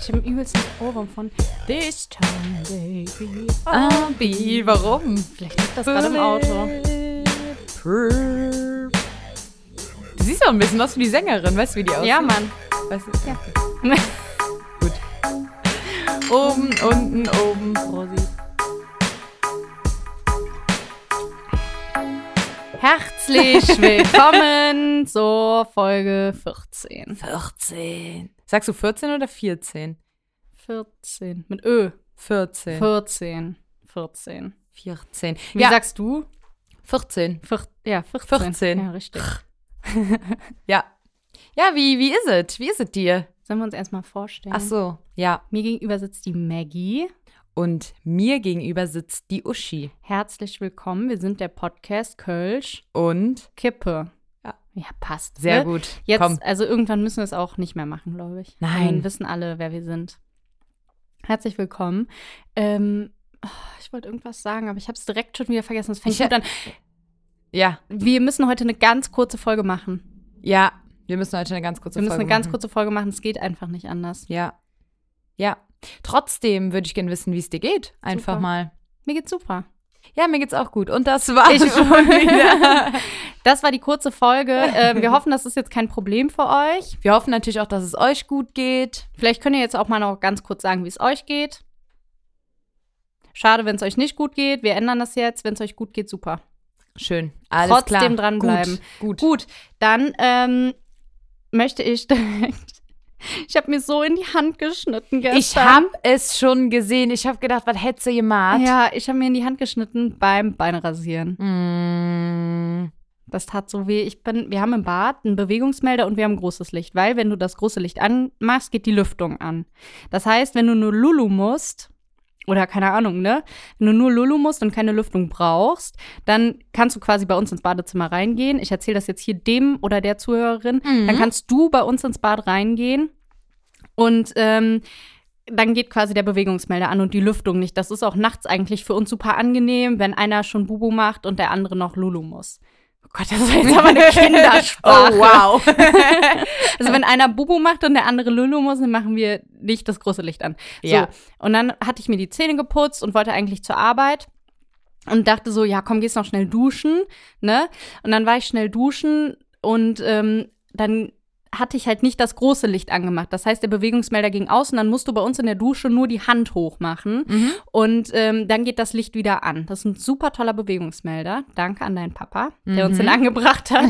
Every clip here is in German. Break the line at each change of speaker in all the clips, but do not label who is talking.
Ich habe übelsten Ohrwurm von This time, baby.
Abi, Ah, warum?
Vielleicht liegt das gerade im Auto.
Du siehst auch ein bisschen aus wie die Sängerin, weißt du, wie die aussieht?
Ja, Mann.
Weißt du? Ja. Gut. Oben, unten, oben.
Rosi.
Herzlich
Willkommen zur Folge 14.
14. Sagst du 14 oder 14?
14. Mit Ö.
14.
14. 14.
14.
Wie
ja,
sagst du?
14.
Vier, ja, 14.
14.
Ja, richtig.
Ja. Ja, wie, wie ist es? Wie ist es dir?
Sollen wir uns erstmal vorstellen?
Ach so, ja.
Mir gegenüber sitzt die Maggie.
Und mir gegenüber sitzt die Uschi.
Herzlich willkommen. Wir sind der Podcast Kölsch
Und
Kippe.
Ja.
passt.
sehr
ne?
gut.
Jetzt,
Komm.
also irgendwann müssen wir es auch nicht mehr machen, glaube ich.
Nein.
Dann wissen alle, wer wir sind. Herzlich willkommen. Ähm, oh, ich wollte irgendwas sagen, aber ich habe es direkt schon wieder vergessen. Das fängt
Ich-
gut an.
Ja,
Wir müssen heute eine ganz kurze Folge machen.
ja. Wir müssen heute eine ganz kurze
wir müssen
Folge
eine ganz
machen.
kurze Folge machen. Es geht einfach nicht anders.
Ja. Ja. Trotzdem würde ich gerne wissen, wie es dir geht. Einfach
Super.
mal.
Mir geht's super.
Ja, mir geht's auch gut. Und das war
Ich-
schon wieder.
Das war die kurze Folge. Ähm, wir hoffen, das ist jetzt kein Problem für euch.
Wir hoffen natürlich auch, dass es euch gut geht.
Vielleicht könnt ihr jetzt auch mal noch ganz kurz sagen, wie es euch geht. Schade, wenn es euch nicht gut geht. Wir ändern das jetzt. Wenn es euch gut geht, super.
Schön. Alles
Trotzdem
klar.
dranbleiben.
Gut. gut.
Gut, dann ähm, möchte ich direkt. Ich habe mir so in die Hand geschnitten gestern.
Ich habe es schon gesehen. Ich habe gedacht, was hätte sie gemacht?
Ja, ich habe mir in die Hand geschnitten beim Beinrasieren.
Mm,
Das tat so weh. Ich bin, wir haben im Bad einen Bewegungsmelder und wir haben großes Licht, weil wenn du das große Licht anmachst, geht die Lüftung an. Das heißt, wenn du nur Lulu musst, oder keine Ahnung, ne? Wenn du nur Lulu musst und keine Lüftung brauchst, dann kannst du quasi bei uns ins Badezimmer reingehen. Ich erzähle das jetzt hier dem oder der Zuhörerin.
Mhm.
Dann kannst du bei uns ins Bad reingehen und ähm, dann geht quasi der Bewegungsmelder an und die Lüftung nicht. Das ist auch nachts eigentlich für uns super angenehm, wenn einer schon Bubu macht und der andere noch Lulu muss. Oh Gott, das ist jetzt aber eine Kindersprache.
Oh, wow.
Also wenn einer Bubu macht und der andere Lulu muss, dann machen wir nicht das große Licht an. So.
Ja.
Und dann hatte ich mir die Zähne geputzt und wollte eigentlich zur Arbeit und dachte so, ja, komm, gehst noch schnell duschen, ne? Und dann war ich schnell duschen und ähm, dann hatte ich halt nicht das große Licht angemacht. Das heißt, der Bewegungsmelder ging aus und dann musst du bei uns in der Dusche nur die Hand hoch machen
Mhm.
und ähm, dann geht das Licht wieder an. Das ist ein super toller Bewegungsmelder. Danke an deinen Papa, der uns
Mhm.
den angebracht hat.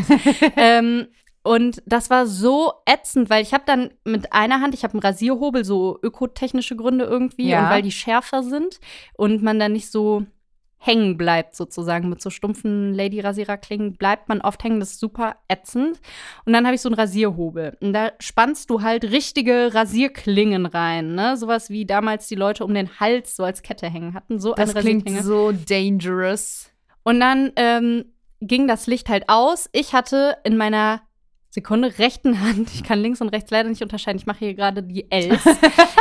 ähm, und das war so ätzend, weil ich habe dann mit einer Hand, ich habe einen Rasierhobel, so ökotechnische Gründe irgendwie,
Ja.
und weil die schärfer sind und man dann nicht so hängen bleibt sozusagen. Mit so stumpfen Lady-Rasiererklingen bleibt man oft hängen. Das ist super ätzend. Und dann habe ich so einen Rasierhobel. Und da spannst du halt richtige Rasierklingen rein. Ne? Sowas wie damals die Leute um den Hals so als Kette hängen hatten. So
Das
eine
klingt
Rasierklinge.
so dangerous.
Und dann ähm, ging das Licht halt aus. Ich hatte in meiner Sekunde rechten Hand, ich kann links und rechts leider nicht unterscheiden, ich mache hier gerade die Ls,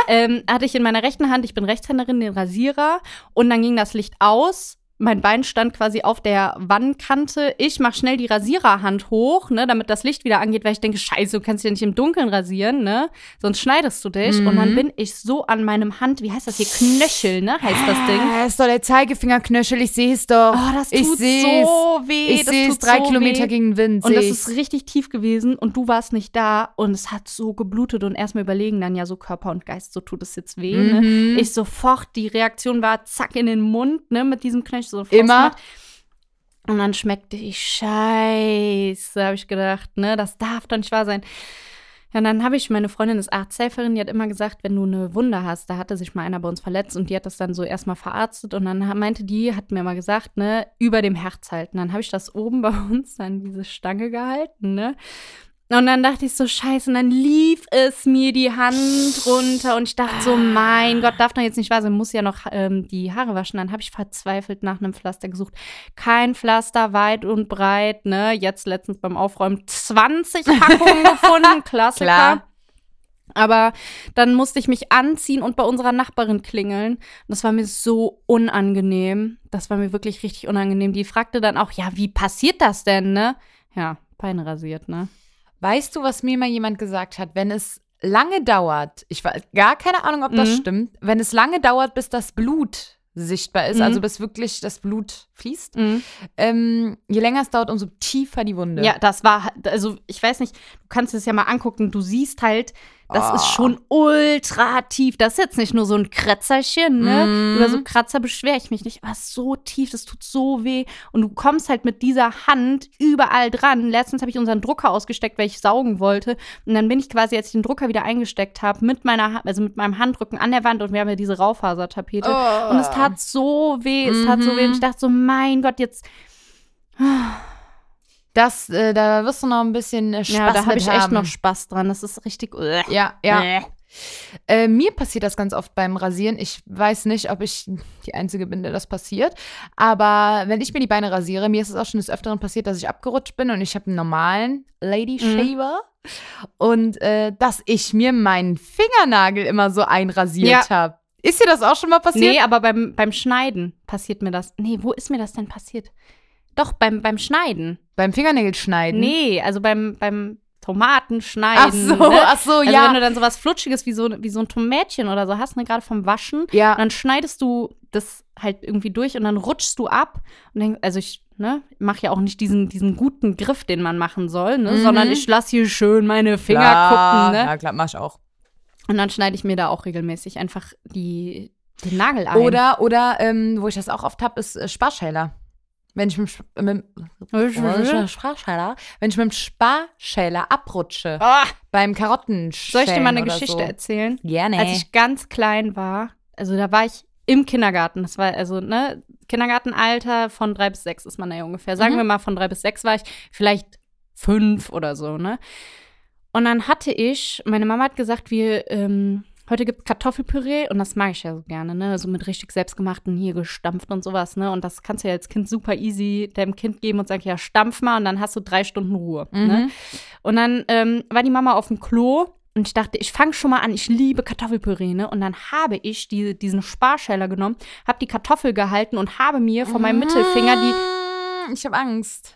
ähm, hatte ich in meiner rechten Hand, ich bin Rechtshänderin, den Rasierer und dann ging das Licht aus. Mein Bein stand quasi auf der Wannenkante. Ich mache schnell die Rasiererhand hoch, ne, damit das Licht wieder angeht, weil ich denke, scheiße, du kannst ja nicht im Dunkeln rasieren, ne? Sonst schneidest du dich. Und dann
Mhm.
bin ich so an meinem Hand, wie heißt das hier? Knöchel, ne? Heißt das Ding.
Ah, ist doch der Zeigefingerknöchel, ich sehe es doch.
Oh, das
ich
tut
seh's.
so weh.
ich
das
sehe es
tut
drei
so
Kilometer
weh.
gegen den Wind.
Und das
seh
ist
ich.
richtig tief gewesen und du warst nicht da und es hat so geblutet und erstmal überlegen dann ja so Körper und Geist, so tut es jetzt weh. Ne?
Mhm.
Ich sofort, die Reaktion war zack in den Mund, ne, mit diesem Knöchel. So eine Faust
Immer.
gemacht. Und dann schmeckte ich scheiße, habe ich gedacht, ne, das darf doch nicht wahr sein. Ja, und dann habe ich, meine Freundin ist Arzthelferin, die hat immer gesagt, wenn du eine Wunde hast, da hatte sich mal einer bei uns verletzt und die hat das dann so erstmal verarztet und dann ha- meinte die, hat mir mal gesagt, ne, über dem Herz halten. Dann habe ich das oben bei uns an diese Stange gehalten, ne. Und dann dachte ich so, scheiße, und dann lief es mir die Hand runter und ich dachte so, mein Gott, darf doch jetzt nicht wahr sein, muss ja noch ähm, die Haare waschen. Dann habe ich verzweifelt nach einem Pflaster gesucht. Kein Pflaster, weit und breit, ne, jetzt letztens beim Aufräumen 20 Packungen gefunden, Klassiker.
Klar.
Aber dann musste ich mich anziehen und bei unserer Nachbarin klingeln. Und Das war mir so unangenehm. Das war mir wirklich richtig unangenehm. Die fragte dann auch, ja, wie passiert das denn, ne? Ja, Bein rasiert, ne?
Weißt du, was mir mal jemand gesagt hat, wenn es
lange dauert, ich weiß gar keine Ahnung, ob das
Mhm.
stimmt, wenn es lange dauert, bis das Blut sichtbar ist,
Mhm.
also bis wirklich das Blut fließt,
Mhm.
ähm, je länger es dauert, umso tiefer die Wunde.
Ja, das war, also ich weiß nicht, du kannst es ja mal angucken, du siehst halt, das
Ah.
ist schon ultra tief. Das ist jetzt nicht nur so ein Kratzerchen, ne?
Mhm.
Über so Kratzer beschwere ich mich nicht, aber es ist so tief, das tut so weh. Und du kommst halt mit dieser Hand überall dran. Letztens habe ich unseren Drucker ausgesteckt, weil ich saugen wollte. Und dann bin ich quasi, als ich den Drucker wieder eingesteckt habe, mit meiner, Ha- also mit meinem Handrücken an der Wand und wir haben ja diese Raufasertapete.
Oh.
Und es tat so weh, es tat so weh. Und ich
Mhm.
dachte so, mein Gott, jetzt
Das, äh, da wirst du noch ein bisschen äh, Spaß
Oh. Ja, da
mit
habe ich echt
haben.
noch Spaß dran. Das ist richtig.
Ja, ja.
Äh.
Äh, mir passiert das ganz oft beim Rasieren. Ich weiß nicht, ob ich die Einzige bin, der das passiert. Aber wenn ich mir die Beine rasiere, mir ist es auch schon des Öfteren passiert, dass ich abgerutscht bin und ich habe einen normalen Lady
Mhm.
Shaver. Und äh, dass ich mir meinen Fingernagel immer so einrasiert
Ja.
habe. Ist dir das auch schon mal passiert?
Nee, aber beim, beim Schneiden passiert mir das. Nee, wo ist mir das denn passiert? Doch, beim, beim Schneiden.
Beim Fingernägel schneiden?
Nee, also beim, beim
Ach
Tomatenschneiden.
so,
ne?
ach so,
Also wenn du
ja.
dann sowas Flutschiges wie so, wie so ein Tomätchen oder so hast, ne, gerade vom Waschen,
Ja,
dann schneidest du das halt irgendwie durch und dann rutschst du ab und denkst, also ich ne, mache ja auch nicht diesen, diesen guten Griff, den man machen soll, ne,
Mhm.
sondern ich lasse hier schön meine Finger
klar.
gucken, ne?
Ja, klar, mach ich auch.
Und dann schneide ich mir da auch regelmäßig einfach die, den Nagel ein.
Oder, oder ähm, wo ich das auch oft habe, ist äh, Sparschäler. Wenn ich mit, dem Sp- mit, dem
Ah,
Sparschäler, wenn ich mit dem Sparschäler abrutsche beim Karotten
soll ich dir mal eine
oder
Geschichte
so.
erzählen?
Gerne.
Als ich ganz klein war, also da war ich im Kindergarten. Das war also, ne, Kindergartenalter von drei bis sechs ist man da ja ungefähr. Sagen
Mhm.
wir mal, von drei bis sechs war ich vielleicht fünf oder so, ne? Und dann hatte ich, meine Mama hat gesagt, wir, ähm, heute gibt Kartoffelpüree und das mag ich ja so gerne, ne? So mit richtig selbstgemachten hier gestampft und sowas, ne? Und das kannst du ja als Kind super easy deinem Kind geben und sagen, ja, stampf mal und dann hast du drei Stunden Ruhe, ne?
mhm.
Und dann ähm, war die Mama auf dem Klo und ich dachte, ich fange schon mal an, ich liebe Kartoffelpüree, ne? Und dann habe ich die, diesen Sparschäler genommen, habe die Kartoffel gehalten und habe mir von meinem Mittelfinger die,
Ah. die. Mm, Ich habe Angst.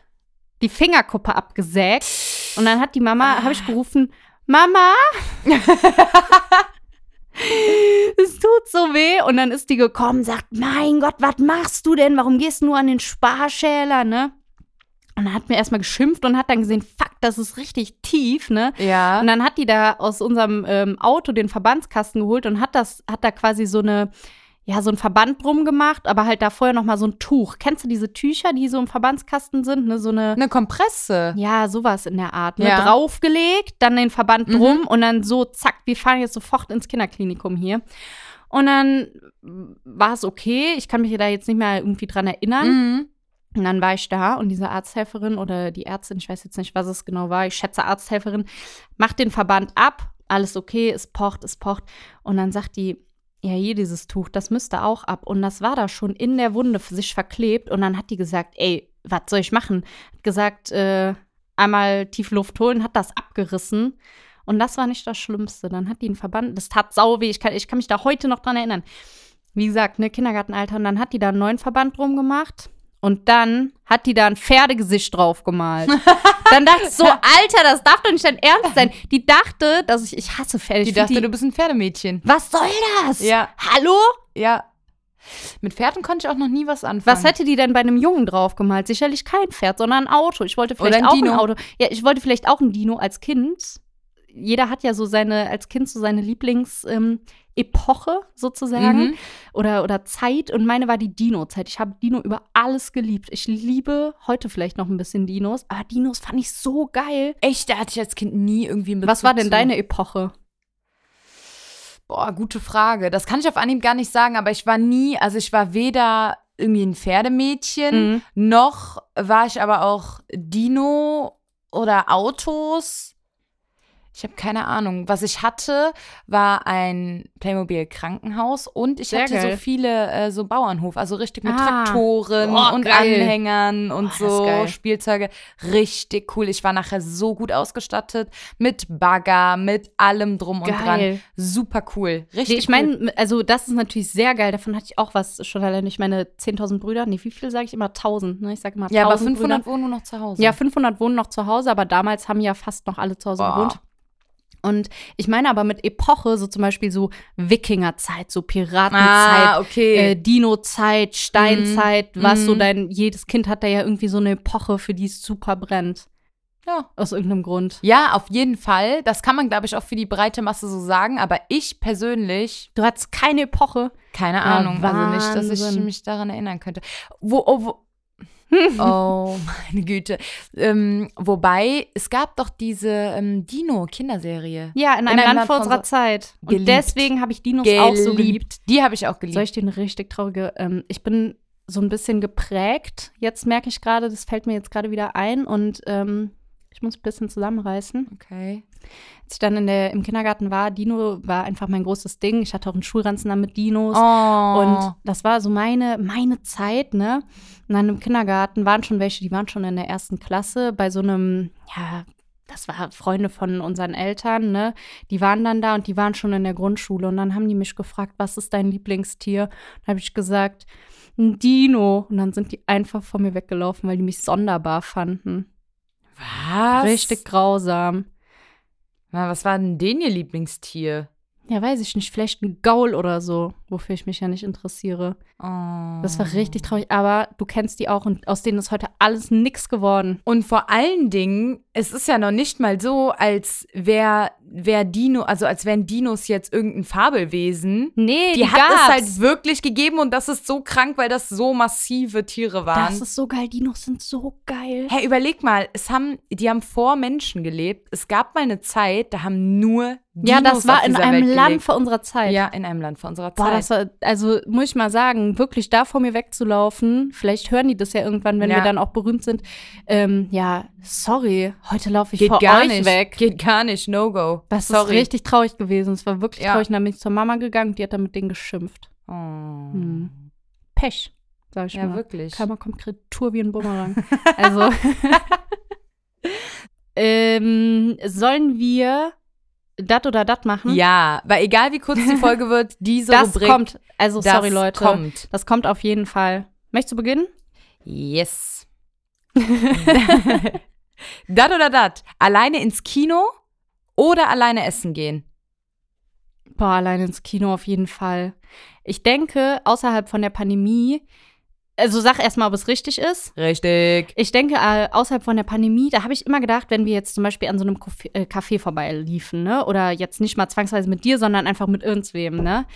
die Fingerkuppe abgesägt. Und dann hat die Mama, habe ich gerufen, Mama! Es tut so weh. Und dann ist die gekommen, sagt, mein Gott, was machst du denn? Warum gehst du nur an den Sparschäler, ne? Und dann hat mir erstmal geschimpft und hat dann gesehen, fuck, das ist richtig tief, ne?
Ja.
Und dann hat die da aus unserem ähm, Auto den Verbandskasten geholt und hat das, hat da quasi so eine, ja, so ein Verband drum gemacht, aber halt da vorher nochmal so ein Tuch. Kennst du diese Tücher, die so im Verbandskasten sind? Ne, so eine,
Eine Kompresse.
ja, sowas in der Art. Ne?
Ja.
Draufgelegt, dann den Verband
Mhm.
drum und dann so, zack, wir fahren jetzt sofort ins Kinderklinikum hier. Und dann war es okay. Ich kann mich da jetzt nicht mehr irgendwie dran erinnern.
Mhm.
Und dann war ich da und diese Arzthelferin oder die Ärztin, ich weiß jetzt nicht, was es genau war, ich schätze Arzthelferin, macht den Verband ab, alles okay, es pocht, es pocht. Und dann sagt die, ja, hier dieses Tuch, das müsste auch ab. Und das war da schon in der Wunde für sich verklebt. Und dann hat die gesagt, ey, was soll ich machen? Hat gesagt, äh, einmal tief Luft holen, hat das abgerissen. Und das war nicht das Schlimmste. Dann hat die einen Verband, das tat sau weh. Ich kann, ich kann mich da heute noch dran erinnern. Wie gesagt, ne, Kindergartenalter. Und dann hat die da einen neuen Verband drum gemacht. Und dann hat die da ein Pferdegesicht drauf gemalt. dann dachte ich so, Alter, das darf doch nicht dein Ernst sein. Die dachte, dass ich, ich hasse Pferde. Ich
Die
find
dachte, du bist ein Pferdemädchen.
was soll das?
Ja,
Hallo?
ja. Mit Pferden konnte ich auch noch nie was anfangen.
Was hätte die denn bei einem Jungen draufgemalt? Sicherlich kein Pferd, sondern ein Auto. Ich wollte vielleicht
Oder ein
auch ein
Dino.
Auto. Ja, ich wollte vielleicht auch ein Dino als Kind. Jeder hat ja so seine, als Kind so seine Lieblings- ähm, Epoche sozusagen
Mhm.
oder, oder Zeit und meine war die Dino-Zeit. Ich habe Dino über alles geliebt. Ich liebe heute vielleicht noch ein bisschen Dinos, aber Dinos fand ich so geil.
Echt, da hatte ich als Kind nie irgendwie einen
Was war denn
zu.
deine Epoche?
Boah, gute Frage. Das kann ich auf Anhieb gar nicht sagen, aber ich war nie, also ich war weder irgendwie ein Pferdemädchen,
Mhm.
noch war ich aber auch Dino oder Autos. Ich habe keine Ahnung. Was ich hatte, war ein Playmobil Krankenhaus und ich
Sehr
hatte so
geil.
viele äh, so Bauernhof, also richtig mit
Ah.
Traktoren
Oh,
und
geil.
Anhängern und
Oh, das ist
so
geil.
Spielzeuge. Richtig cool. Ich war nachher so gut ausgestattet mit Bagger, mit allem drum und dran.
Geil.
Super cool. Richtig.
Nee, ich meine, also das ist natürlich sehr geil. Davon hatte ich auch was schon allein durch meine 10.000 Brüder. Nee, wie viel sage ich immer? 1.000. Ne? Ich sage immer
cool. ja, aber
1.000
500
Brüder.
wohnen nur noch zu Hause.
Ja, 500 wohnen noch zu Hause, aber damals haben ja fast noch alle zu Hause
Boah.
gewohnt. Und ich meine aber mit Epoche, so zum Beispiel so Wikingerzeit, so Piratenzeit,
Ah, okay.
äh, Dino-Zeit, Steinzeit,
Mhm.
was so
Mhm.
dein, jedes Kind hat da ja irgendwie so eine Epoche, für die es super brennt.
ja.
Aus irgendeinem Grund.
ja, auf jeden Fall. Das kann man, glaube ich, auch für die breite Masse so sagen. Aber ich persönlich
Du hattest keine Epoche.
Keine
Ja,
Ahnung, also nicht, dass ich
Wahnsinn.
mich daran erinnern könnte. Wo, oh, wo, oh meine Güte. Ähm, wobei, es gab doch diese ähm, Dino-Kinderserie.
Ja, in einem
einem
Land vor
Land von
unserer Zeit. Und
Geliebt.
deswegen habe ich Dinos auch so geliebt.
Die habe ich auch
Soll
geliebt.
ich dir eine richtig traurige? Ähm, ich bin so ein bisschen geprägt. Jetzt merke ich gerade, das fällt mir jetzt gerade wieder ein und ähm, ich muss ein bisschen zusammenreißen.
Okay.
Als ich dann in der, im Kindergarten war, Dino war einfach mein großes Ding. Ich hatte auch einen Schulranzen dann mit Dinos.
Oh.
Und das war so meine, meine Zeit, ne? In einem Kindergarten waren schon welche, die waren schon in der ersten Klasse bei so einem, ja, das war Freunde von unseren Eltern, ne? Die waren dann da und die waren schon in der Grundschule. Und dann haben die mich gefragt, was ist dein Lieblingstier? Dann habe ich gesagt, ein Dino. Und dann sind die einfach vor mir weggelaufen, weil die mich sonderbar fanden.
was?
Richtig grausam.
Na, was war denn denn ihr Lieblingstier?
Ja, weiß ich nicht, vielleicht ein Gaul oder so, wofür ich mich ja nicht interessiere.
Oh.
Das war richtig traurig, aber du kennst die auch und aus denen ist heute alles nix geworden.
Und vor allen Dingen, es ist ja noch nicht mal so, als wär, wär Dino, also als wären Dinos jetzt irgendein Fabelwesen.
Nee,
Die, hat es halt wirklich gegeben und das ist so krank, weil das so massive Tiere waren.
Das ist so geil, Dinos sind so geil.
hey, überleg mal, es haben, die haben vor Menschen gelebt. Es gab mal eine Zeit, da haben nur Dinos
ja, das
auf
war in
dieser
einem
Welt
Land
gelebt.
vor unserer Zeit.
Ja, in einem Land vor unserer
Boah,
Zeit.
das war, also muss ich mal sagen, wirklich da vor mir wegzulaufen, vielleicht hören die das ja irgendwann, wenn
Ja.
wir dann auch berühmt sind. Ähm, ja, sorry, heute laufe ich
Geht
vor
gar
euch
nicht
weg.
Geht gar nicht, no go.
das ist
Sorry.
richtig traurig gewesen. Es war wirklich
Ja.
traurig. Und dann bin ich zur Mama gegangen, und die hat dann mit denen geschimpft.
Oh.
Hm. Pech, sag ich
Ja,
mal.
wirklich.
Karma kommt Kreatur wie ein Bumerang. Also. ähm, sollen wir dat oder dat machen?
Ja, weil egal wie kurz die Folge wird, diese
Hm? das
Rubrik
kommt. Also,
das
sorry, Leute.
kommt.
Das kommt auf jeden Fall. Möchtest du beginnen?
Yes. dat oder dat? Alleine ins Kino oder alleine essen gehen?
Boah, allein ins Kino auf jeden Fall. Ich denke, außerhalb von der Pandemie, also sag erstmal, ob es richtig ist.
Richtig.
Ich denke, äh, außerhalb von der Pandemie, da habe ich immer gedacht, wenn wir jetzt zum Beispiel an so einem Café, äh, Café vorbeiliefen, ne? Oder jetzt nicht mal zwangsweise mit dir, sondern einfach mit irgendwem, ne?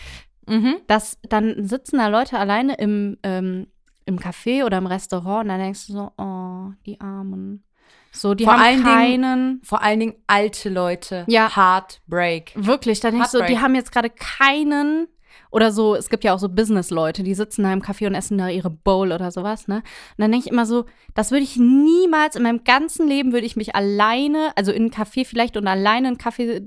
Mhm.
Dass dann sitzen da Leute alleine im, ähm, im Café oder im Restaurant und dann denkst du so, oh, die Armen. So, die
Vor allen
haben
Dingen-
keinen.
Vor allen Dingen alte Leute.
Ja.
Heartbreak.
wirklich, da denkst du, die
Heartbreak.
haben jetzt gerade keinen. Oder so, es gibt ja auch so Business-Leute, die sitzen da im Café und essen da ihre Bowl oder sowas, ne? Und dann denke ich immer so, das würde ich niemals, in meinem ganzen Leben würde ich mich alleine, also in einen Café vielleicht und alleine einen Kaffee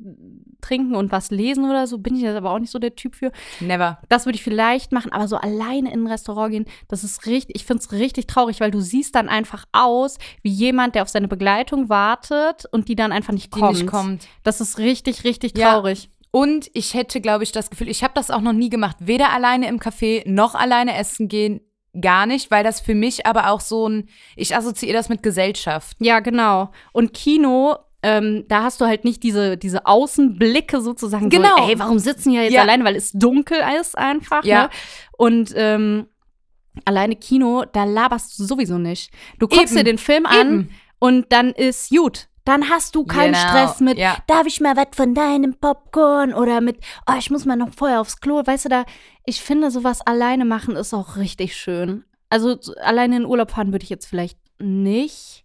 trinken und was lesen oder so, bin ich jetzt aber auch nicht so der Typ für.
Never.
Das würde ich vielleicht machen, aber so alleine in ein Restaurant gehen, das ist richtig, ich finde es richtig traurig, weil du siehst dann einfach aus, wie jemand, der auf seine Begleitung wartet und die dann einfach nicht
Die
kommt.
nicht kommt.
Das ist richtig, richtig
Ja.
traurig.
Und ich hätte, glaube ich, das Gefühl, ich habe das auch noch nie gemacht. Weder alleine im Café noch alleine essen gehen. Gar nicht, weil das für mich aber auch so ein, ich assoziiere das mit Gesellschaft.
Ja, genau. Und Kino, ähm, da hast du halt nicht diese, diese Außenblicke sozusagen.
Genau.
So, ey, warum sitzen hier jetzt
Ja.
alleine? Weil es dunkel ist einfach.
Ja.
Ne? Und ähm, alleine Kino, da laberst du sowieso nicht. Du guckst
Eben.
dir den Film an
Eben.
und dann ist gut. Dann hast du keinen
Genau.
Stress mit,
Ja.
darf ich mal was von deinem Popcorn oder mit, oh, ich muss mal noch vorher aufs Klo. Weißt du, da, ich finde, sowas alleine machen ist auch richtig schön. Also so alleine in Urlaub fahren würde ich jetzt vielleicht nicht.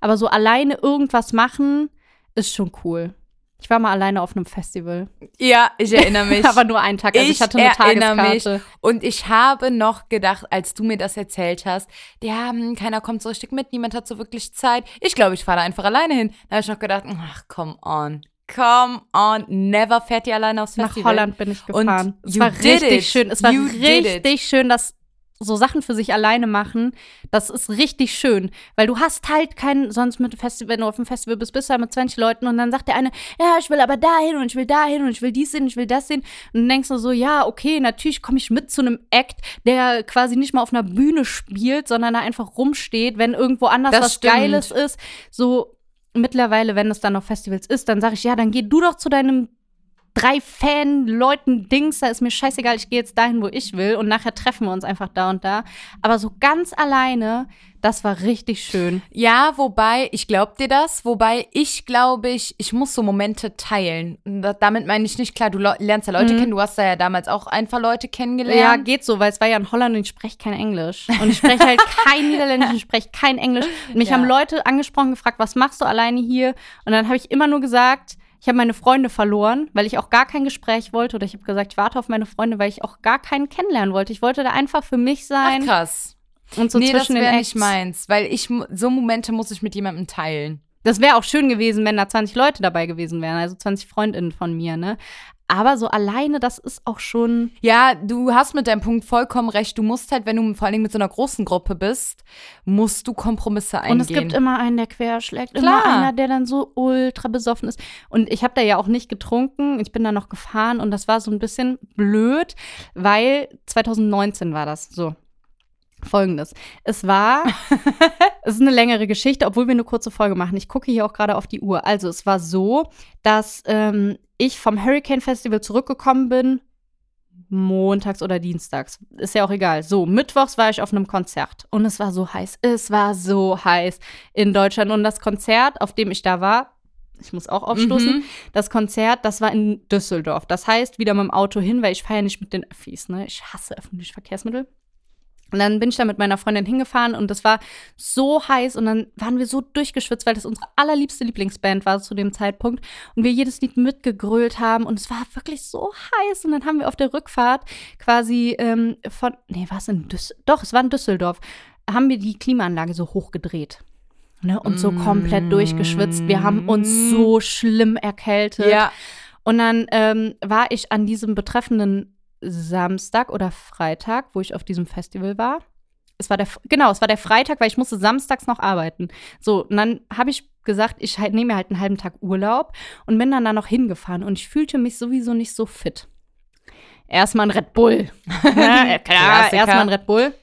Aber so alleine irgendwas machen ist schon cool. Ich war mal alleine auf einem Festival.
Ja, ich erinnere mich.
Aber nur einen Tag. Also ich, hatte eine
erinnere
Tageskarte.
Mich. Und ich habe noch gedacht, als du mir das erzählt hast, ja, hm, keiner kommt so richtig mit, niemand hat so wirklich Zeit. Ich glaube, ich fahre da einfach alleine hin. Da habe ich noch gedacht, ach, come on. Come on. Never fährt ihr alleine aufs
Nach
Festival.
Holland bin ich
Und
gefahren. es
you
war
did
richtig
it.
schön. Es war
You did it.
richtig schön, dass so Sachen für sich alleine machen, das ist richtig schön, weil du hast halt keinen, sonst mit Festival, wenn du auf dem Festival bist, bist du halt mit 20 Leuten und dann sagt der eine, ja, ich will aber dahin und ich will dahin und ich will dies sehen, ich will das sehen und dann denkst du so, ja, okay, natürlich komme ich mit zu einem Act, der quasi nicht mal auf einer Bühne spielt, sondern da einfach rumsteht, wenn irgendwo anders
Das
was
stimmt.
Geiles ist, so mittlerweile, wenn es dann noch Festivals ist, dann sage ich, ja, dann geh du doch zu deinem drei Fan-Leuten-Dings, da ist mir scheißegal, ich gehe jetzt dahin, wo ich will und nachher treffen wir uns einfach da und da. Aber so ganz alleine, das war richtig schön.
Ja, wobei, ich glaub dir das, wobei ich glaube ich, ich muss so Momente teilen. Und da- Damit meine ich nicht, klar, du lo- lernst ja Leute kennen, du hast da ja damals auch ein paar Leute
Mhm. Ja,
kennengelernt.
geht so, weil es war ja in Holland und ich spreche kein Englisch. Und ich spreche halt kein Niederländisch und ich spreche kein Englisch. Und mich
Ja.
haben Leute angesprochen, gefragt, was machst du alleine hier? Und dann habe ich immer nur gesagt, ich habe meine Freunde verloren, weil ich auch gar kein Gespräch wollte. Oder ich habe gesagt, ich warte auf meine Freunde, weil ich auch gar keinen kennenlernen wollte. Ich wollte da einfach für mich
Ach,
sein
krass.
und so
nee, das
zwischen den
wäre
Acts.
nicht meins, weil ich mu- so Momente muss ich mit jemandem teilen.
Das wäre auch schön gewesen, wenn da 20 Leute dabei gewesen wären, also 20 Freundinnen von mir, ne? Aber so alleine, das ist auch schon.
Ja, du hast mit deinem Punkt vollkommen recht. Du musst halt, wenn du vor allen Dingen mit so einer großen Gruppe bist, musst du Kompromisse eingehen.
Und es gibt immer einen, der querschlägt.
Klar.
Immer einer, der dann so ultra besoffen ist. Und ich habe da ja auch nicht getrunken. Ich bin da noch gefahren und das war so ein bisschen blöd, weil 2019 war das so. Folgendes. Es war, es ist eine längere Geschichte, obwohl wir eine kurze Folge machen. Ich gucke hier auch gerade auf die Uhr. Also es war so, dass ähm, ich vom Hurricane Festival zurückgekommen bin, montags oder dienstags. Ist ja auch egal. So, mittwochs war ich auf einem Konzert und es war so heiß. Es war so heiß in Deutschland. Und das Konzert, auf dem ich da war, ich muss auch aufstoßen,
Mhm.
das Konzert, das war in Düsseldorf. Das heißt, wieder mit dem Auto hin, weil ich fahre ja nicht mit den Öffis, ne? Ich hasse öffentliche Verkehrsmittel. Und dann bin ich da mit meiner Freundin hingefahren und das war so heiß und dann waren wir so durchgeschwitzt, weil das unsere allerliebste Lieblingsband war zu dem Zeitpunkt und wir jedes Lied mitgegrölt haben und es war wirklich so heiß und dann haben wir auf der Rückfahrt quasi ähm, von, nee, war es in Düsseldorf? Doch, es war in Düsseldorf, haben wir die Klimaanlage so hochgedreht. Ne, und so komplett durchgeschwitzt. Wir haben uns so schlimm erkältet.
Ja,
Und dann ähm, war ich an diesem betreffenden Samstag oder Freitag, wo ich auf diesem Festival war. Es war der, F- genau, es war der Freitag, weil ich musste samstags noch arbeiten. So, und dann habe ich gesagt, ich halt, nehme mir halt einen halben Tag Urlaub und bin dann da noch hingefahren und ich fühlte mich sowieso nicht so fit. Erstmal ein Red Bull. Ja, klar,
Klassiker.
erstmal ein Red Bull.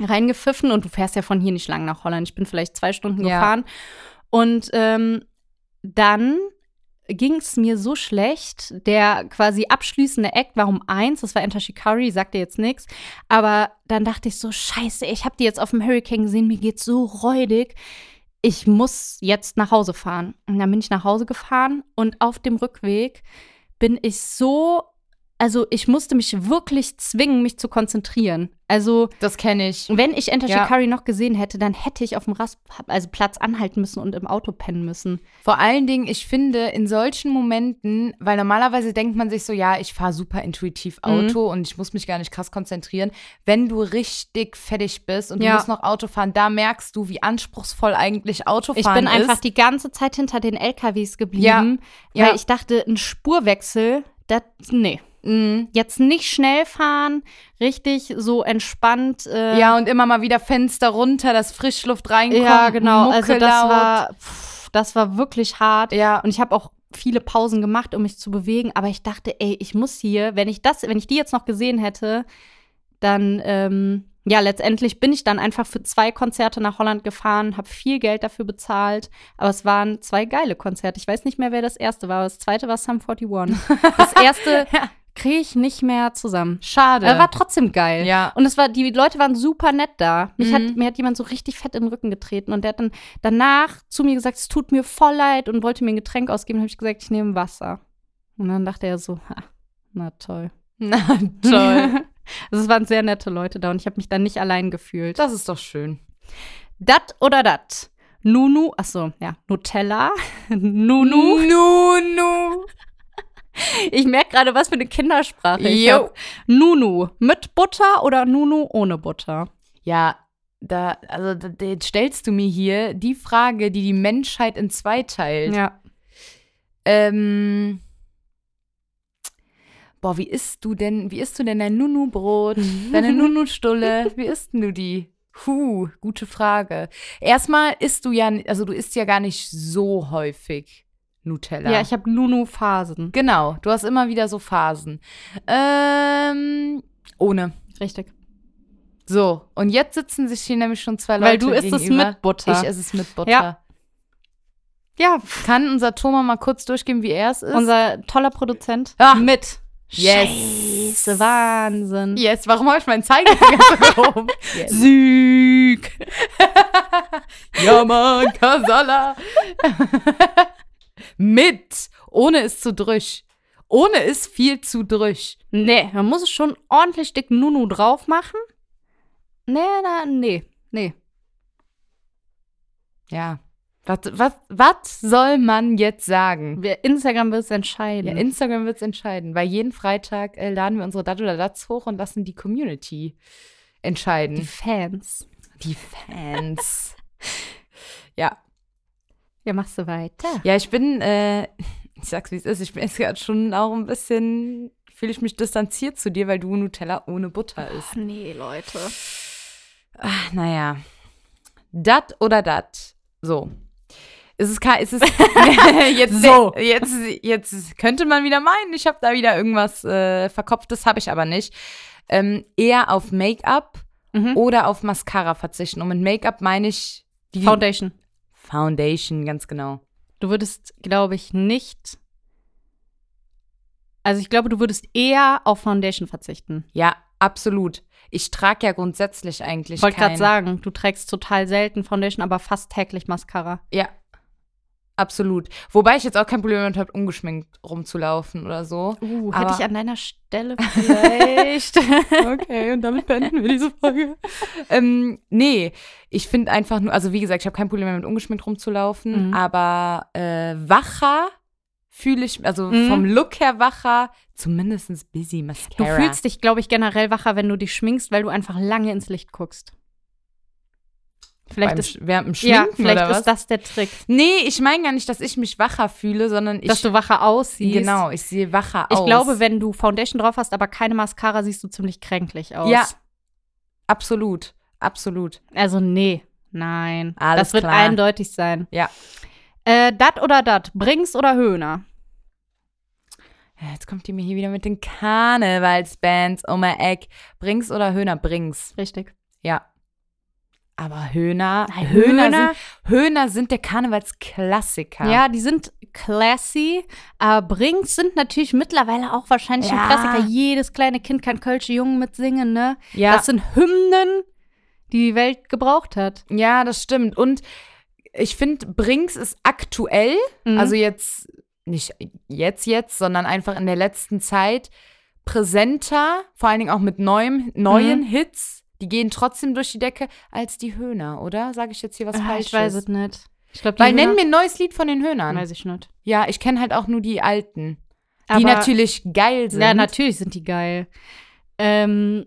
Reingepfiffen und du fährst ja von hier nicht lang nach Holland. Ich bin vielleicht zwei Stunden
Ja.
gefahren. Und ähm, dann ging es mir so schlecht. Der quasi abschließende Act war um eins, das war Enter Shikari, sagt dir jetzt nichts. Aber dann dachte ich so, scheiße, ich habe die jetzt auf dem Hurricane gesehen, mir geht's so räudig. Ich muss jetzt nach Hause fahren. Und dann bin ich nach Hause gefahren und auf dem Rückweg bin ich so, also ich musste mich wirklich zwingen, mich zu konzentrieren. Also
das kenne ich.
wenn ich Enter
Ja.
Shikari noch gesehen hätte, dann hätte ich auf dem Rast, also Platz anhalten müssen und im Auto pennen müssen.
Vor allen Dingen, ich finde, in solchen Momenten, weil normalerweise denkt man sich so, ja, ich fahre super intuitiv
Mhm.
Auto und ich muss mich gar nicht krass konzentrieren. Wenn du richtig fertig bist und
Ja.
du musst noch Auto fahren, da merkst du, wie anspruchsvoll eigentlich Autofahren
Ich bin einfach
ist.
die ganze Zeit hinter den LKWs geblieben,
Ja, ja.
weil ich dachte, ein Spurwechsel, das, nee.
Mhm.
Jetzt nicht schnell fahren, richtig so entspannt. Äh,
Ja, und immer mal wieder Fenster runter, dass Frischluft reinkommt.
ja, genau.
Mucke
Also das
laut.
war, pff, das war wirklich hart.
Ja.
Und ich habe auch viele Pausen gemacht, um mich zu bewegen. Aber ich dachte, ey, ich muss hier, wenn ich das, wenn ich die jetzt noch gesehen hätte, dann ähm, ja, letztendlich bin ich dann einfach für zwei Konzerte nach Holland gefahren, habe viel Geld dafür bezahlt. Aber es waren zwei geile Konzerte. Ich weiß nicht mehr, wer das erste war, aber das zweite war Sum 41. Das erste kriege ich nicht mehr zusammen.
Schade.
Aber war trotzdem geil.
Ja.
Und es war, die Leute waren super nett da. Mich hat,
Mhm.
mir hat jemand so richtig fett in den Rücken getreten und der hat dann danach zu mir gesagt, es tut mir voll leid und wollte mir ein Getränk ausgeben. Dann habe ich gesagt, ich nehme Wasser. Und dann dachte er so, ha, na toll.
Na toll.
Also es waren sehr nette Leute da und ich habe mich dann nicht allein gefühlt.
das ist doch schön.
Dat oder dat? Nunu, achso, ja, Nutella. Nunu.
Nunu.
Ich merke gerade, was für eine Kindersprache ich
Jo.
habe. Nunu mit Butter oder Nunu ohne Butter?
Ja, da, also da, da jetzt stellst du mir hier die Frage, die die Menschheit in zwei teilt.
Ja.
Ähm, boah, wie isst du denn, wie isst du denn dein Nunu-Brot, deine Nunu-Stulle? Wie isst denn du die? Huh, gute Frage. Erstmal isst du ja, also du isst ja gar nicht so häufig Nutella.
Ja, ich habe Nunu-Phasen.
genau, du hast immer wieder so Phasen. Ähm, ohne.
Richtig.
So, und jetzt sitzen sich hier nämlich schon zwei Leute
Weil du isst es
gegenüber.
mit Butter.
Ich esse es mit Butter.
Ja. Ja,
Kann unser Thomas mal kurz durchgeben, wie er es ist?
unser toller Produzent
Ah.
mit.
Yes.
Scheiße, Wahnsinn.
yes, warum habe ich meinen Zeigefinger gehoben? Sieg! ja, Mann, Kasala! Mit! Ohne ist zu drüsch. Ohne ist viel zu drüsch.
Nee, man muss es schon ordentlich dick Nunu drauf machen. Nee, da, nee, nee.
Ja. Was, was, was soll man jetzt sagen?
Wir- Instagram wird es entscheiden.
Ja, Instagram wird es entscheiden, weil jeden Freitag äh, laden wir unsere Dat oder Dats hoch und lassen die Community
die
entscheiden.
Fans.
Die Fans. ja.
Ja, machst du weiter.
Ja, ich bin, äh, ich sag's wie es ist, ich bin jetzt gerade schon auch ein bisschen, fühle ich mich distanziert zu dir, weil du Nutella ohne Butter isst.
nee, Leute.
Ach, naja. Dat oder dat? So. Ist es kein, ist es jetzt,
So.
jetzt, jetzt könnte man wieder meinen, ich habe da wieder irgendwas äh, verkopftes, habe ich aber nicht. Ähm, eher auf Make-up
Mhm.
oder auf Mascara verzichten. Und mit Make-up meine ich die
Foundation.
Foundation, ganz genau.
Du würdest, glaube ich, nicht. Also ich glaube, du würdest eher auf Foundation verzichten.
Ja, absolut. Ich trage ja grundsätzlich eigentlich
Ich wollte gerade
kein-
sagen, du trägst total selten Foundation, aber fast täglich Mascara.
Ja, absolut. Wobei ich jetzt auch kein Problem damit habe, ungeschminkt rumzulaufen oder so.
Uh,
hätte
hätte
ich
ich an deiner Stelle vielleicht.
Okay, und damit beenden wir diese Folge. ähm, nee, ich finde einfach nur, also wie gesagt, ich habe kein Problem damit, ungeschminkt rumzulaufen,
Mhm.
aber äh, wacher fühle ich, also
Mhm.
vom Look her wacher, zumindestens busy
du
Mascara.
fühlst dich, glaube ich, generell wacher, wenn du dich schminkst, weil du einfach lange ins Licht guckst. Vielleicht
beim,
ist,
Sch- während dem Schminken
ja, vielleicht
oder was?
ist das der Trick,
nee, ich meine gar nicht, dass ich mich wacher fühle, sondern ich
dass du wacher aussiehst.
Genau, ich sehe wacher aus.
Ich glaube, wenn du Foundation drauf hast, aber keine Mascara, siehst du ziemlich kränklich aus.
Ja. Absolut, absolut.
Also nee, nein.
Alles
das wird
klar.
eindeutig sein.
Ja.
Äh, dat oder dat, Brings oder Höhner?
Ja, Äh, Jetzt kommt die mir hier wieder mit den Karnevalsbands um ihr Eck. Brings oder Höhner? Brings.
Richtig.
Ja. Aber Höhner,
Nein,
Höhner,
Höhner-
sind, Höhner sind der Karnevalsklassiker.
Ja, die sind classy, aber Brings sind natürlich mittlerweile auch wahrscheinlich
Ja.
ein Klassiker. Jedes kleine Kind kann Kölsche Jungen mitsingen, ne?
ja.
Das sind Hymnen, die die Welt gebraucht hat.
Ja, das stimmt. Und ich finde, Brinks ist aktuell,
Mhm.
also jetzt nicht jetzt, jetzt, sondern einfach in der letzten Zeit präsenter, vor allen Dingen auch mit neuem, neuen
Mhm.
Hits. Die gehen trotzdem durch die Decke als die Höhner, oder? Sage ich jetzt hier was
Ah,
Falsches?
ich weiß es nicht. Ich glaube,
Weil nenn mir ein neues Lied von den Höhnern.
Weiß ich nicht.
Ja, ich kenne halt auch nur die alten,
Aber-
die natürlich geil sind.
Ja, natürlich sind die geil. Ähm,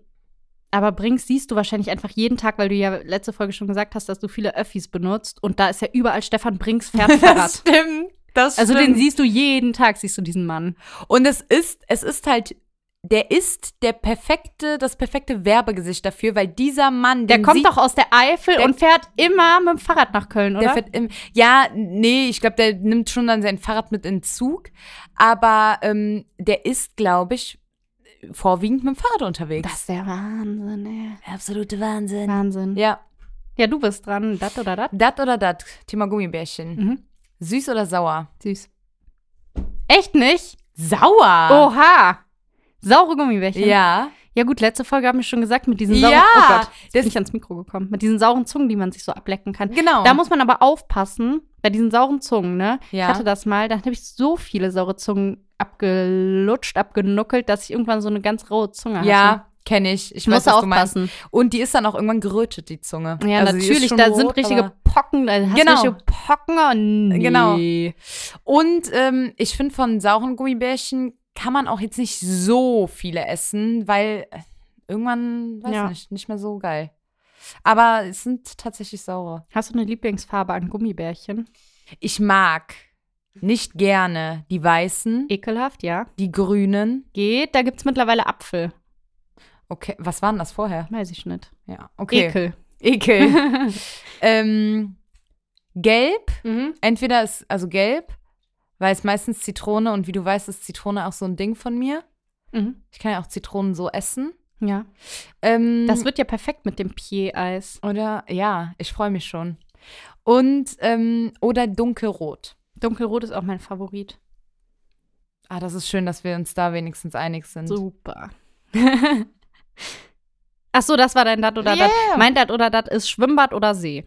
aber Brings siehst du wahrscheinlich einfach jeden Tag, weil du ja letzte Folge schon gesagt hast, dass du viele Öffis benutzt. Und da ist ja überall Stefan Brings Pferdfahrrad.
Das stimmt. Das
also
stimmt.
den siehst du jeden Tag, siehst du diesen Mann.
Und es ist, es ist halt, der ist der perfekte, das perfekte Werbegesicht dafür, weil dieser Mann,
Der
den
kommt
sieht,
doch aus der Eifel
der-
und fährt immer mit dem Fahrrad nach Köln, oder?
der fährt im, ja, nee, ich glaube, der nimmt schon dann sein Fahrrad mit in den Zug, aber ähm, der ist, glaube ich, vorwiegend mit dem Fahrrad unterwegs.
das ist der Wahnsinn, ey.
absolute Wahnsinn.
Wahnsinn. Ja.
Ja,
du bist dran. Dat oder dat?
dat oder dat, Thema Gummibärchen.
Mhm.
Süß oder sauer?
Süß. Echt nicht? Oh,
Sauer?
Oha! Saure Gummibärchen.
Ja.
Ja, gut, letzte Folge haben wir schon gesagt, mit diesen sauren.
Ja,
oh Gott, ist
das-
nicht ans Mikro gekommen. Mit diesen sauren Zungen, die man sich so ablecken kann.
Genau.
Da muss man aber aufpassen, bei diesen sauren Zungen, ne?
Ja.
Ich hatte das mal, da habe ich so viele saure Zungen abgelutscht, abgenuckelt, dass ich irgendwann so eine ganz raue Zunge hatte.
ja, kenne ich. Ich
ich halt, ne? muss
weiß, was du meinst.
aufpassen.
Und die ist dann auch irgendwann gerötet, die Zunge.
Ja,
Also die ist
natürlich,
schon
da
rot,
sind richtige
aber-
Pocken, da hast
Genau.
genau. richtige Pocken. Oh, nee.
Genau. Und ähm, ich finde, von sauren Gummibärchen kann man auch jetzt nicht so viele essen, weil äh, irgendwann, weiß
Ja.
nicht, nicht mehr so geil. Aber es sind tatsächlich saure.
Hast du eine Lieblingsfarbe an Gummibärchen?
Ich mag nicht gerne die weißen,
Ekelhaft, ja.
die grünen.
Geht, da gibt's mittlerweile Apfel.
Okay, was waren das vorher?
Weiß ich nicht.
Ja, okay.
Ekel.
Ekel. ähm, gelb.
Mhm.
Entweder ist also gelb, weil es meistens Zitrone und wie du weißt, ist Zitrone auch so ein Ding von mir.
Mhm.
Ich kann ja auch Zitronen so essen.
Ja.
Ähm,
Das wird ja perfekt mit dem Pied-Eis.
oder ja, ich freue mich schon. Und ähm, oder dunkelrot.
Dunkelrot ist auch mein Favorit.
Ah, das ist schön, dass wir uns da wenigstens einig sind.
Super. Ach so, das war dein Dat oder Dat.
Yeah.
Mein Dat oder Dat ist Schwimmbad oder See.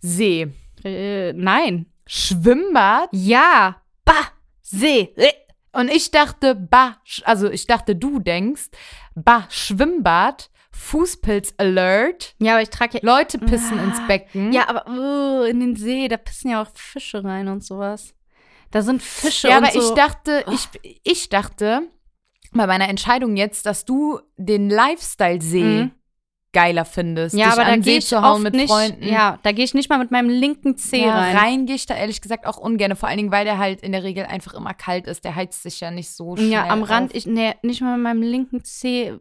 See.
Äh, nein.
Schwimmbad?
Ja. Bah. See. Äh.
Und ich dachte, bah, sch- also ich dachte, du denkst, bah, Schwimmbad, Fußpilz Alert,
Ja, aber ich trage ja.
Leute pissen
Ah.
ins Becken.
Ja, aber uh, in den See, da pissen ja auch Fische rein und sowas. Da sind Fische
ja
und
aber
so. Ah.
ich dachte, ich, ich dachte bei meiner Entscheidung jetzt, dass du den Lifestyle-See
Mhm.
geiler findest.
ja,
dich
aber da
an
gehe
See
ich
zu hauen
oft
mit
nicht.
Freunden.
Ja, da gehe ich nicht mal mit meinem linken Zeh
Ja,
rein.
rein gehe ich da ehrlich gesagt auch ungern, vor allen Dingen, weil der halt in der Regel einfach immer kalt ist. Der heizt sich ja nicht so schnell.
Ja, am
auf.
Rand, ich, nee, nicht mal mit meinem linken Zeh.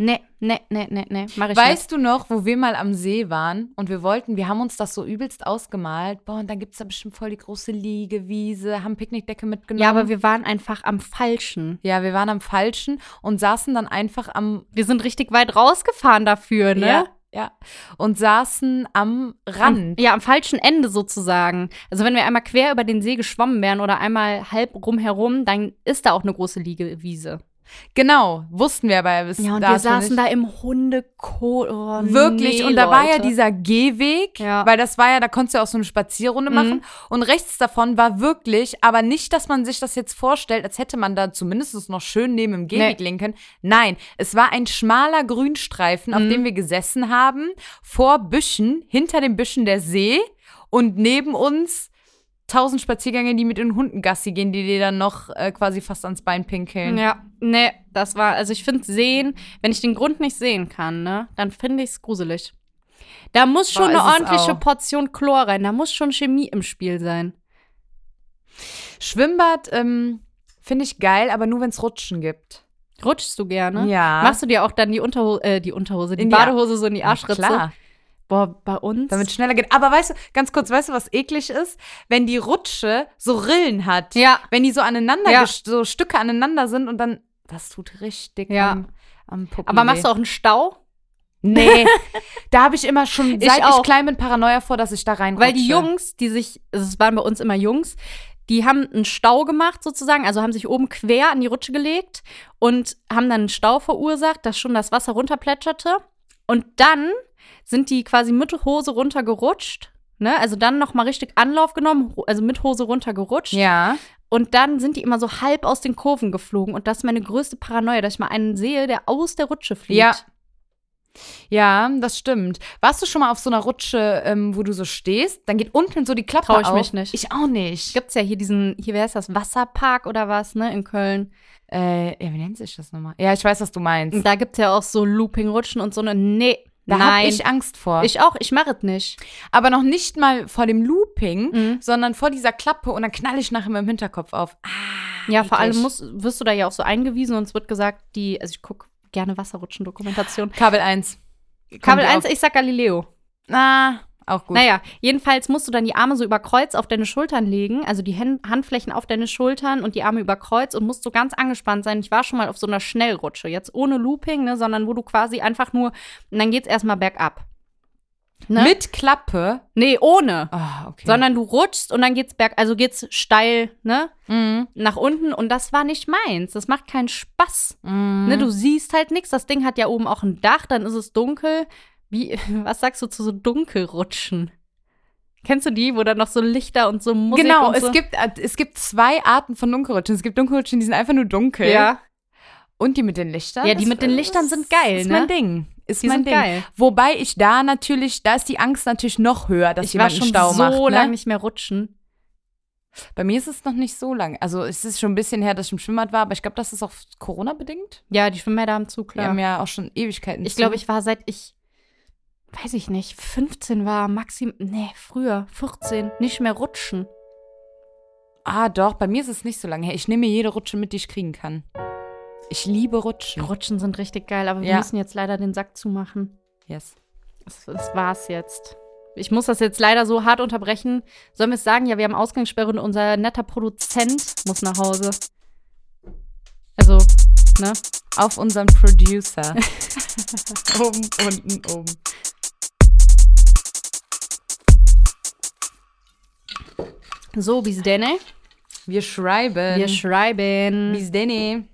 Nee, nee, nee, nee, nee, mach ich nicht.
Weißt du noch, wo wir mal am See waren und wir wollten, wir haben uns das so übelst ausgemalt. Boah, und dann gibt es da bestimmt voll die große Liegewiese, haben Picknickdecke mitgenommen.
Ja, aber wir waren einfach am falschen.
ja, wir waren am falschen und saßen dann einfach am
Wir sind richtig weit rausgefahren dafür, ne?
Ja, ja. Und saßen am
Am,
Rand.
ja, am falschen Ende sozusagen. Also wenn wir einmal quer über den See geschwommen wären oder einmal halb rumherum, dann ist da auch eine große Liegewiese.
Genau, wussten wir aber bis
Ja, und wir
dato
saßen
nicht.
da im Hundekot. Oh,
Wirklich,
nee,
und da war ja
Leute.
dieser Gehweg,
Ja. Mhm.
weil das war ja, da konntest du ja auch so eine Spazierrunde machen. Und rechts davon war wirklich, aber nicht, dass man sich das jetzt vorstellt, als hätte man da zumindest noch schön neben dem Gehweg liegen können. Nein, es war ein schmaler Grünstreifen,
Mhm.
auf dem wir gesessen haben, vor Büschen, hinter den Büschen der See und neben uns tausend Spaziergänge, die mit den Hunden Gassi gehen, die dir dann noch äh, quasi fast ans Bein pinkeln.
Ja, nee, das war, also ich finde sehen, wenn ich den Grund nicht sehen kann, ne, dann finde ich es gruselig. Da muss schon
Boah,
eine
ist es
ordentliche
auch.
Portion Chlor rein, da muss schon Chemie im Spiel sein.
Schwimmbad ähm, finde ich geil, aber nur wenn es Rutschen gibt.
Rutschst du gerne?
Ja.
Machst du dir auch dann die Unterhose, äh, die Unterhose, die
In die Ar-
Badehose so in die Arschritze?
Klar,
Boah, bei uns?
damit es schneller geht. Aber weißt du, ganz kurz, weißt du, was eklig ist? Wenn die Rutsche so Rillen hat.
ja,
Wenn die so aneinander,
Ja.
gest- so Stücke aneinander sind und dann, das tut richtig
Ja.
am, am Puppen
aber machst du auch einen Stau?
Nee, da habe ich immer schon,
Ich
seit ich,
auch.
klein bin, Paranoia vor, dass ich da reinrutsche.
Weil die Jungs, die sich, also es waren bei uns immer Jungs, die haben einen Stau gemacht sozusagen, also haben sich oben quer an die Rutsche gelegt und haben dann einen Stau verursacht, dass schon das Wasser runterplätscherte. Und dann sind die quasi mit Hose runtergerutscht. Ne? Also dann nochmal richtig Anlauf genommen, ho- also mit Hose runtergerutscht.
Ja.
Und dann sind die immer so halb aus den Kurven geflogen. Und das ist meine größte Paranoia, dass ich mal einen sehe, der aus der Rutsche fliegt.
Ja. Ja, das stimmt. Warst du schon mal auf so einer Rutsche, ähm, wo du so stehst? Dann geht unten so die Klappe
Trau ich
auf.
mich nicht.
Ich auch nicht.
Gibt's ja hier diesen, hier wäre es das Wasserpark oder was, ne, in Köln.
Äh, ja, wie nennt sich das nochmal? Ja, ich weiß, was du meinst.
Da gibt es ja auch so Looping-Rutschen und so eine. Nee,
Da
nein.
habe ich Angst vor.
Ich auch, ich mache es nicht.
Aber noch nicht mal vor dem Looping,
Mhm.
sondern vor dieser Klappe und dann knall ich nachher mit dem Hinterkopf auf. Ah,
Ja, vor
eklig.
allem musst, wirst du da ja auch so eingewiesen und es wird gesagt, die, also ich gucke gerne Wasserrutschen-Dokumentation.
Kabel 1.
Kabel
die
1,
auf.
ich sag Galileo.
Ah, auch gut.
Naja, jedenfalls musst du dann die Arme so über Kreuz auf deine Schultern legen, also die Hän- Handflächen auf deine Schultern und die Arme über Kreuz und musst so ganz angespannt sein. Ich war schon mal auf so einer Schnellrutsche, jetzt ohne Looping, ne, sondern wo du quasi einfach nur, und dann geht's erstmal bergab. Ne?
Mit Klappe.
Nee, ohne.
Ah, okay.
Sondern du rutschst und dann geht's berg, also geht's steil, ne?
Mhm.
nach unten und das war nicht meins. Das macht keinen Spaß.
Mhm.
Ne, du siehst halt nichts. Das Ding hat ja oben auch ein Dach, dann ist es dunkel. Wie, was sagst du zu so Dunkelrutschen? Kennst du die, wo dann noch so Lichter und so Musik
Genau,
und so?
es, gibt, äh, es gibt zwei Arten von Dunkelrutschen. Es gibt Dunkelrutschen, die sind einfach nur dunkel.
ja.
Und die mit den Lichtern?
Ja, die
Das-
mit den Lichtern
das
sind geil,
Ist
ne?
mein Ding. Ist
Die
mein
sind
Ding.
geil.
Wobei ich da natürlich, da ist die Angst natürlich noch höher, dass
Ich war
jemand einen
schon
Stau
so
macht. ne?
lange nicht mehr rutschen.
Bei mir ist es noch nicht so lang. Also es ist schon ein bisschen her, dass ich im Schwimmbad war, aber ich glaube, das ist auch Corona bedingt.
Ja, die Schwimmbäder haben zu,
Wir
klar.
haben ja auch schon Ewigkeiten.
ich
zu.
glaube, ich war seit ich, weiß ich nicht, 15 war, maxim, nee, früher, 14, nicht mehr rutschen.
Ah, doch. Bei mir ist es nicht so lange her. Ich nehme mir jede Rutsche mit, die ich kriegen kann. Ich liebe Rutschen.
Rutschen sind richtig geil, aber wir
Ja.
müssen jetzt leider den Sack zumachen.
Yes.
Das, das war's jetzt. Ich muss das jetzt leider so hart unterbrechen. Sollen wir es sagen? Ja, wir haben Ausgangssperre und unser netter Produzent muss nach Hause. Also, ne?
Auf unseren Producer. oben, unten, oben.
So, bis denne.
Wir schreiben. Ähm,
Wir schreiben.
Bis denne.